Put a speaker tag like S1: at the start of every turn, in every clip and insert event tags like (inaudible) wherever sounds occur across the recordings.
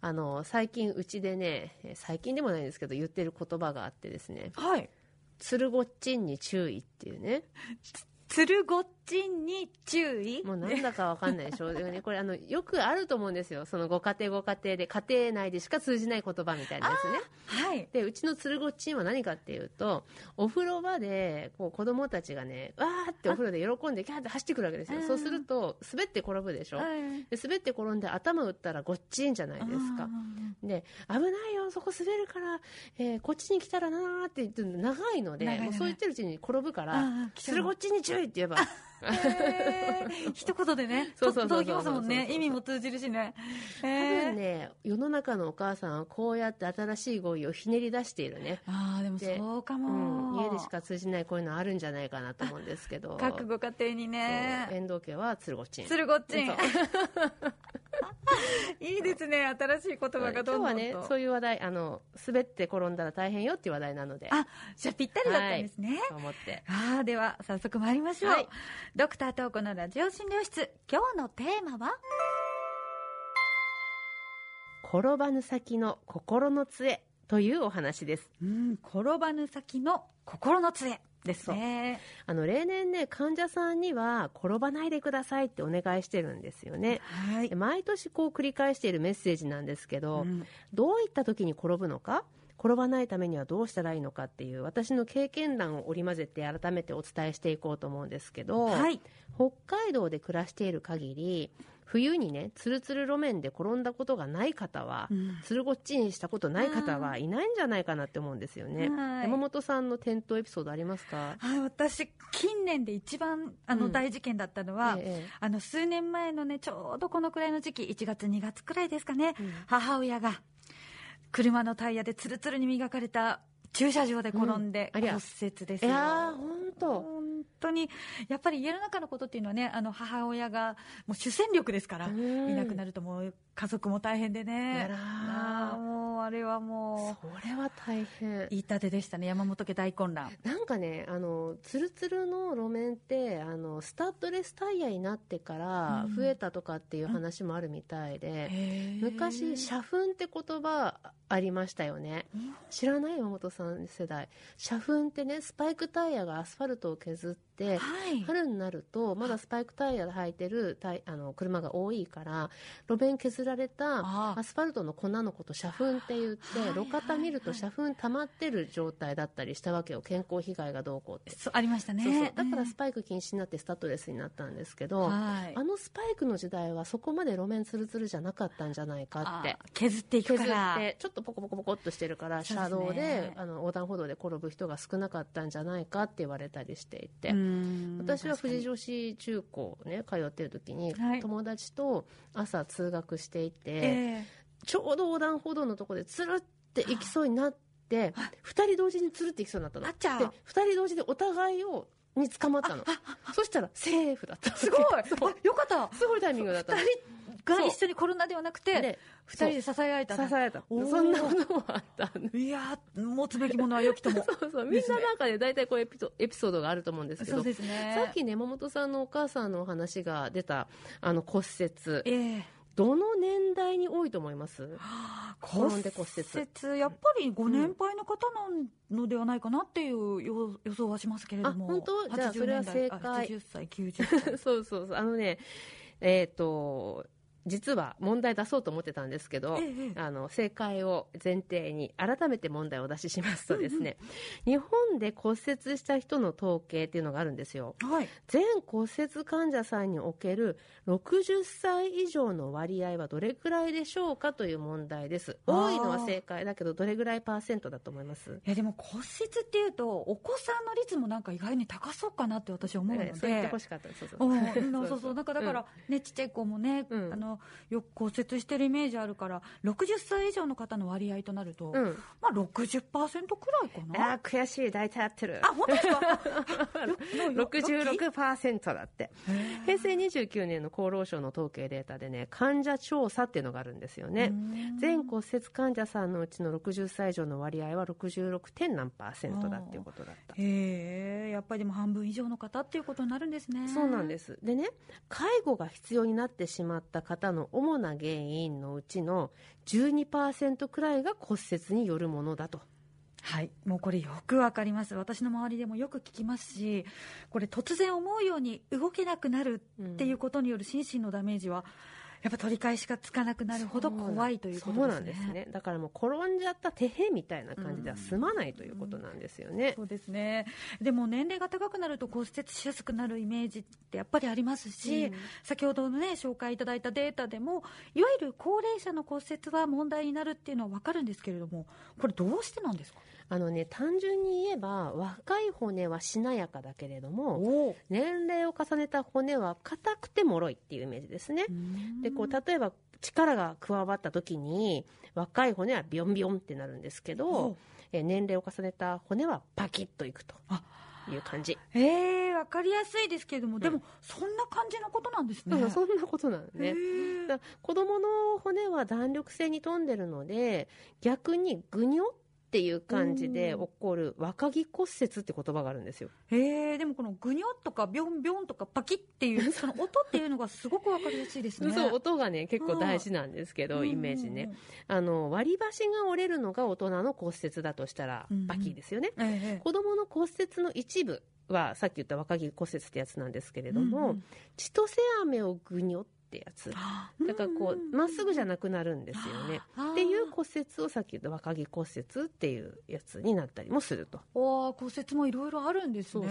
S1: あの最近うちでねえー最近でもないんですけど言ってる言葉があってですね
S2: はい。
S1: 「つるごっちんに注意」っていうね
S2: つるごっちんに注意。
S1: もうなんだかわかんないでしょでもねこれあのよくあると思うんですよそのご家庭ご家庭で家庭内でしか通じない言葉みたいなやつね
S2: はい。
S1: でうちのつるごっちんは何かっていうとお風呂場でこう子供たちがねわーってお風呂で喜んでキャーって走ってくるわけですよ
S2: うん
S1: そうすると滑って転ぶでしょ
S2: はい。
S1: で滑って転んで頭打ったらごっちんじゃないですかで危ないよそこ滑るから、えーこっちに来たらなーって言って長いので
S2: 長い長
S1: も
S2: い
S1: うそう言ってるうちに転ぶか
S2: あー。
S1: ら
S2: あー
S1: つるごっちんに注意って言えば
S2: へー (laughs) 一言で (laughs) ね、
S1: そうそうそうそう
S2: と届きます
S1: そ
S2: もん
S1: うそう
S2: ね。
S1: そう
S2: 意味も通じるしね。へ
S1: 多
S2: ー
S1: 分ね世の中のお母さんはこうやって新しい語彙をひねり出しているね
S2: ああ、でも
S1: で
S2: そうか
S1: うん、
S2: も。
S1: 家でしか通じないこういうのあるんじゃないかなと思うんですけど
S2: 各ご家庭に
S1: そう
S2: ね。
S1: 遠藤家はつるごちん
S2: つるごっちん
S1: そう。
S2: (laughs) いいですね。新しい言葉
S1: 今
S2: が
S1: 日
S2: どんど
S1: は
S2: ん
S1: ね
S2: と
S1: そ。ういう話題あの滑って転んだら大変よっていう話題なので
S2: あ、じゃあぴったりだったんですね。
S1: と思って
S2: ああ、では早速参りましょう。
S1: はい
S2: ドクタートーコのラジオ診療室。今日のテーマは
S1: 転ばぬ先の心の杖というお話です
S2: うん、転ばぬ先の心の杖ですね。
S1: あの例年ね患者さんには転ばないでくださいってお願いしてるんですよね
S2: は
S1: で。毎年こう繰り返しているメッセージなんですけど、
S2: うん
S1: どういった時に転ぶのか転ばないためにはどうしたらいいのかっていう私の経験談を織り交ぜて改めてお伝えしていこうと思うんですけど、
S2: はい。
S1: 北海道で暮らしている限り冬にねつるつる路面で転んだことがない方は、つるごっちにしたことない方はいないんじゃないかなって思うんですよね、
S2: はい
S1: 山本さんの転倒エピソードありますか
S2: はい、私、近年で一番あ
S1: う
S2: の
S1: ん
S2: 大事件だったのは、
S1: え
S2: あの数年前のね、ちょうどこのくらいの時期、1月、2月くらいですかね、
S1: えうん
S2: 母親が車のタイヤでつるつるに磨かれた駐車場で転んで
S1: うんあ
S2: 骨
S1: りゃ
S2: 折です
S1: い
S2: よ。
S1: やー本当、
S2: 本当に、やっぱり家の中のことっていうのはね、あの母親がもう主戦力ですから、いなくな
S1: る
S2: るともう家族も大変で
S1: あ
S2: ね。
S1: ら
S2: ああ、もうあれは
S1: ー
S2: も
S1: それは大変
S2: う、言いたてでしたね、山本家大混乱。
S1: なんかねあのつるつるの路面ってあのスタッドレスタイヤになってから
S2: うん
S1: 増えたとかっていう話もあるみたいで、
S2: へ
S1: 昔
S2: ー
S1: 社訓って言葉ありましたよね
S2: うん
S1: 知らない山本さん世代社訓ってねスパイクタイヤがアスファルトを削って
S2: はい。
S1: 春になるとまだスパイクタイヤで履いてるタイあの車が多いから路面削られた
S2: あ
S1: アスファルトの粉のこと社訓って言って
S2: はいはいはい
S1: 路肩見ると社訓溜まってる状態だったりしたわけよ健康被害がどうこうって、
S2: そうありましたね。
S1: そうそうだから
S2: うん
S1: スパイク禁止になってスタッドレスになったんですけど、
S2: はい
S1: あのスパイクの時代はそこまで路面ツルツルじゃなかったんじゃないかって
S2: あ削っていく
S1: 削
S2: か
S1: っ
S2: ら
S1: てちょっとポコポコポコっとしてるから、
S2: そうです
S1: 車
S2: ね
S1: 道であの横断歩道で転ぶ人が少なかったんじゃないかって言われたりしていて、
S2: うん
S1: 私は富士
S2: 確
S1: 女子中高ね通ってる時に、
S2: はい
S1: 友達と朝通学していて、
S2: かにえ
S1: ちょうど横断歩道のとこでつるって行きそうになって2人同時につるって行きそうになった
S2: え
S1: の。
S2: あっ
S1: で
S2: ちゃ
S1: 2人同時でお互いをに捕まったのそしたらセーフだった
S2: すごいあ
S1: そう
S2: よかった
S1: すごいタイミングだ
S2: 二
S1: ったの
S2: 人が一緒にコロナではなくて
S1: で
S2: 二人で支え合えた
S1: 支
S2: の
S1: え合えた
S2: おー
S1: そんなこともあったんで
S2: いやー持つべきものは良きとも
S1: そうそうみんななんかね大体こうエピソエピソードがあると思うんですけ
S2: そ
S1: ど
S2: うですね
S1: さっきね山本さんのお母さんのお話が出たあの骨折
S2: ええ
S1: どの年代に多いと思います
S2: 骨
S1: 転んで骨折
S2: 折やっぱりご年配の方なんのではないかなっていう予予想はしますけれども
S1: あ本当じゃあそれは正解
S2: 80歳90
S1: (laughs)
S2: 歳
S1: そうそうそうあのねえっ、と実は問題出そうと思ってたんですけど、
S2: ええええ
S1: あの正解を前提に改めて問題をお出ししますとですね、日本で骨折した人の統計っていうのがあるんですよ
S2: はい
S1: 全骨折患者さんにおける60歳以上の割合はどれくらいでしょうかという問題です
S2: あー
S1: 多いのは正解だけどどれぐらいパーセントだと思います
S2: いやでも骨折っていうとお子さんの率もなんか意外に高そうかなって私は思うので、
S1: えーそう言ってほしかったですそうそう
S2: うん
S1: そ
S2: そうう
S1: (laughs) そ
S2: そううそうなんかだから、ねちっちゃい子もね、
S1: うん
S2: あのよく骨折してるイメージあるから60歳以上の方の割合となると、
S1: うん、
S2: まあ60%くらいかな
S1: あー悔しい大体合ってる
S2: あ本当ですかよよロッキー
S1: 66%だって
S2: へ
S1: 平成29年の厚労省の統計データでね患者調査っていうのがあるんですよ
S2: ー
S1: ね
S2: うん
S1: 全骨折患者さんのうちの60歳以上の割合は66点何パーセントだっていうことだった
S2: へえやっぱりでも半分以上の方っていうことになるんですね
S1: そうなんですすでね介護が必要になってしまった方方の主な原因のうちの12%くらいが骨折によるものだと。
S2: はい、もうこれよくわかります。私の周りでもよく聞きますし、これ突然思うように動けなくなるっていうことによる心身のダメージは、やっぱ取り返しがつかなくなるほど怖いということ
S1: そう
S2: で
S1: な
S2: す
S1: ん
S2: ね。
S1: ですね。だからもう転んじゃった手へみたいな感じでは済まないということなんですよね。
S2: そうですね。でも年齢が高くなると骨折しやすくなるイメージってやっぱりありますし、
S1: うん
S2: 先ほどのね、紹介いただいたデータでも、いわゆる高齢者の骨折は問題になるっていうのはわかるんですけれども、これどうしてなんですか
S1: あのね、単純に言えば若い骨はしなやかだけれども、
S2: お
S1: 年齢を重ねた骨は硬くて脆いっていうイメージですね。でこう例えば力が加わった時に若い骨はビヨンビヨンってなるんですけど、えー年齢を重ねた骨はパキッといくと
S2: あ
S1: いう感じ、
S2: ええわかりやすいですけれども、
S1: ん
S2: でも、そんな感じのことなんです
S1: だ
S2: ね。
S1: からそんなことなの
S2: へ
S1: ね。
S2: ー
S1: だから子供の骨は弾力性に富んでるので逆にぐにょっていう感じで起こる若木骨折って言葉があるんですよ。
S2: へえ、でもこのぐにょっとかビョンビョンとかパキっていう、その音っていうのがすごくわかりやすいですね。
S1: そう音がね結構大事なんですけどイメージね。あの割り箸が折れるのが大人の骨折だとしたら
S2: うん
S1: パキですよね。
S2: うんうんうん。ええ
S1: 子どもの骨折の一部はさっき言った若木骨折ってやつなんですけれども、
S2: うんうん
S1: 千歳飴をぐにょってやつだからこうまっすぐじゃなくなるんですよね。。
S2: あー
S1: っていう骨折をさっき言った若木骨折っていうやつになったりもすると。
S2: おー骨折もいろいろあるんです
S1: そ
S2: ね。
S1: うそ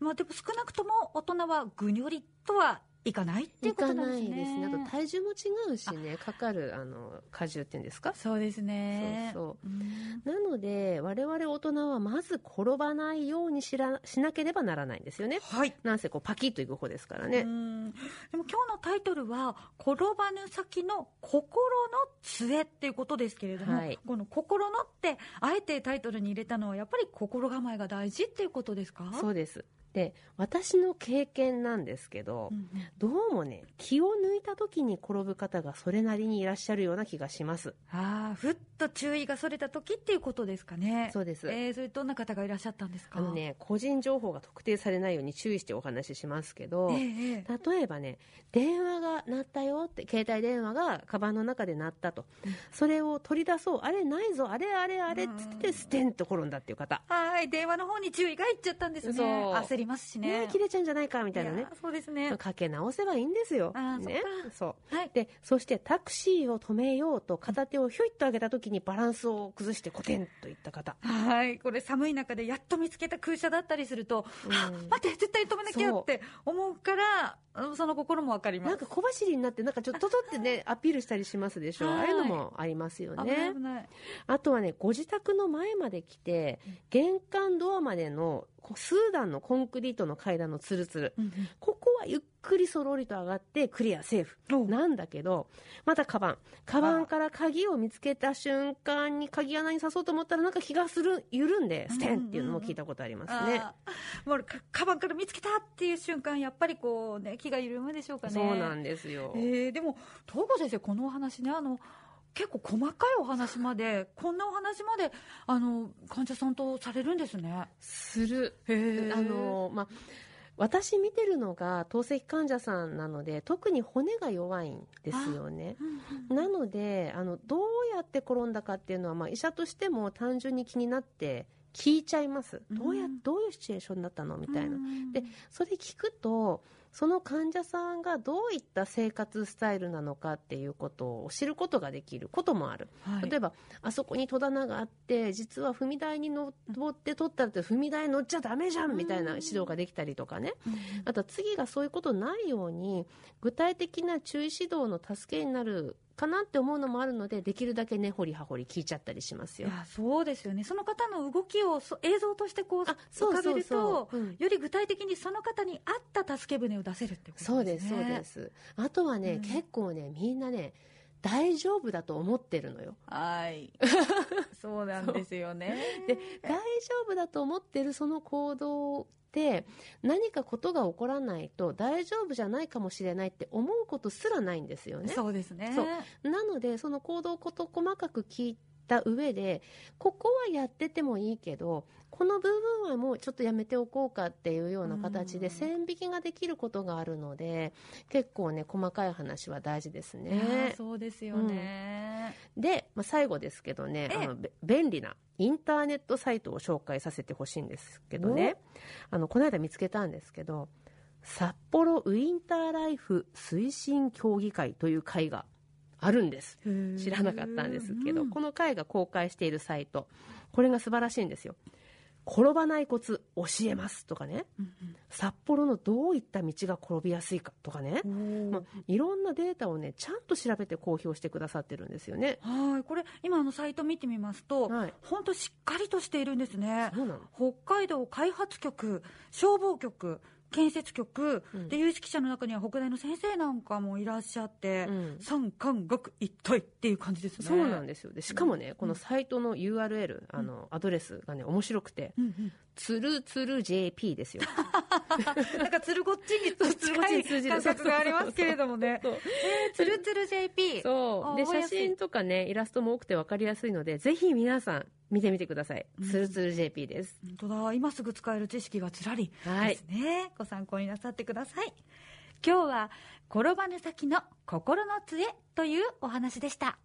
S1: う
S2: まあでも少なくとも大人はぐにょりとはいかないっていうことなんですね。
S1: あと体重も違うしねかかるあの荷重っていうんですか。
S2: そうですね。
S1: そう
S2: う。ん
S1: なので我々大人はまず転ばないようにしらしなければならないんですよね。
S2: はい。
S1: なんせこうパキッといく方ですから
S2: う
S1: ね。
S2: んでも今日のタイトルは「転ばぬ先の心の杖」っていうことですけれども、
S1: はい
S2: この「心の」ってあえてタイトルに入れたのはやっぱり心構えが大事っていうことですか
S1: そうです。で、私の経験なんですけど
S2: う、ん
S1: どうもね、気を抜いた時に転ぶ方がそれなりにいらっしゃるような気がします。
S2: ああふっと注意がそれた時っていうことですかね
S1: そうです。
S2: えー、それどんな方がいらっしゃったんですか
S1: あの、ね、個人情報が特定されないように注意してお話ししますけ
S2: え
S1: ど、
S2: えええ
S1: 例えばね、電話が鳴ったよって、携帯電話がカバンの中で鳴ったと
S2: うん。
S1: それを取り出そう、あれないぞ、あれあれあれっつって
S2: う
S1: て、
S2: ん
S1: ステンと転んだっていう方。
S2: はい電話の方に注意がいっちゃったんですね
S1: そう
S2: 焦りますしね
S1: ね切れちゃうんじゃないかみたいなね
S2: や。ーそうですね
S1: かけ直せばいいんですよ。
S2: あー
S1: ね。そう。
S2: はい
S1: で、そしてタクシーを止めようと片手をひょいっと上げた時にバランスを崩してコテンといった方。
S2: はいこれ寒い中でやっと見つけた空車だったりすると
S1: うん
S2: 待って絶対止めなきゃって思うからうんその心もわかりま
S1: なん
S2: す
S1: か小走りになって、なんかちょっととってね、アピールしたりしますでしょ。
S2: はい
S1: ああいうのもありますよ
S2: 危な
S1: ね
S2: い危。ない
S1: あとはね、ご自宅の前まで来て、玄関ドアまでのこう数段のコンクリートの階段のツルツル。ここはゆっくりそろりと上がってクリアセーフ。
S2: おう
S1: なんだけど、またカバン。カバンから鍵を見つけた瞬間に鍵穴に刺そうと思ったらなんか気がする、緩んで、ステンっていうのも聞いたことありますね。
S2: あーもうかカバンから見つけたっていう瞬間やっぱりこうね気が緩むでしょうかね
S1: そうなんんですよ。
S2: えーでも東郷先生このお話ねあの結構細かいお話までこんなお話まであの患者さんとされるんですね
S1: する。
S2: へー
S1: あの、まあ、私見てるのが透析患者さんなので、特に骨が弱いんですよね。
S2: うんうん
S1: なので、あの、どうやって転んだかっていうのは、まあ、医者としても単純に気になって聞いちゃいます。どうや、
S2: うん
S1: どういうシチュエーションになったのみたいな
S2: う。ん
S1: でそれ聞くと、その患者さんがどういった生活スタイルなのかっていうことを知ることができることもある。
S2: はい
S1: 例えば、あそこに戸棚があって、実は踏み台に登って取ったらって踏み台に乗っちゃダメじゃんみたいな指導ができたりとかね。
S2: うん
S1: あとは次がそういうことないように、具体的な注意指導の助けになるかなって思うのもあるので、できるだけね、掘り葉掘り聞いちゃったりします
S2: い
S1: よ。
S2: やそうですよね、その方の動きをそ映像としてこう
S1: あ、
S2: 浮
S1: そ
S2: か
S1: うそ
S2: べ
S1: う
S2: ると
S1: そ、う。うん
S2: より具体的にその方に合った助け舟を出せるってことですね。。
S1: そうです、そうですす。あとはね、
S2: うん
S1: 結構ね、みんなね、大丈夫だと思ってるのよ。 (laughs)
S2: はい。そうなんですよね。
S1: で、大丈夫だと思ってるその行動って、何かことが起こらないと大丈夫じゃないかもしれないって思うことすらないんですよね。
S2: そうですね。
S1: そうなので、その行動をこと細かく聞いった上でここはやっててもいいけどこの部分はもうちょっとやめておこうかっていうような形で線引きができることがあるので、結構ね細かい話は大事ですね。
S2: そうですよね、
S1: うん、で、まあ、最後ですけどねあの便利なインターネットサイトを紹介させてほしいんですけどねあのこの間見つけたんですけど札幌ウィンターライフ推進協議会という会があるんです知らなかったんですけど、うん、この会が公開しているサイトこれが素晴らしいんですよ転ばないコツ教えますとかね、うんうん、札幌のどういった道が転びやすいかとかね、まあ、いろんなデータをねちゃんと調べて公表してくださってるんですよね
S2: はいこれ今あのサイト見てみますと、はい、本当しっかりとしているんですね北海道開発局消防局建設局、うん、で有識者の中には北大の先生なんかもいらっしゃって、うん、産官学一体っていう感じですね
S1: そうなんですよでしかもね、うん、このサイトの URL、あのアドレスがね面白くて、うん (laughs) うんつるつる JP ですよ。
S2: なんかつるこっちにつるこっちに通じる感覚がありますけれどもね。つるつる JP。
S1: そう。で、写真とかね、イラストも多くて分かりやすいので、ぜひ皆さん見てみてください。つるつる JP です。
S2: 本当だ。今すぐ使える知識がずらりですね。はい、ご参考になさってください。今日は、転ばぬ先の心の杖というお話でした。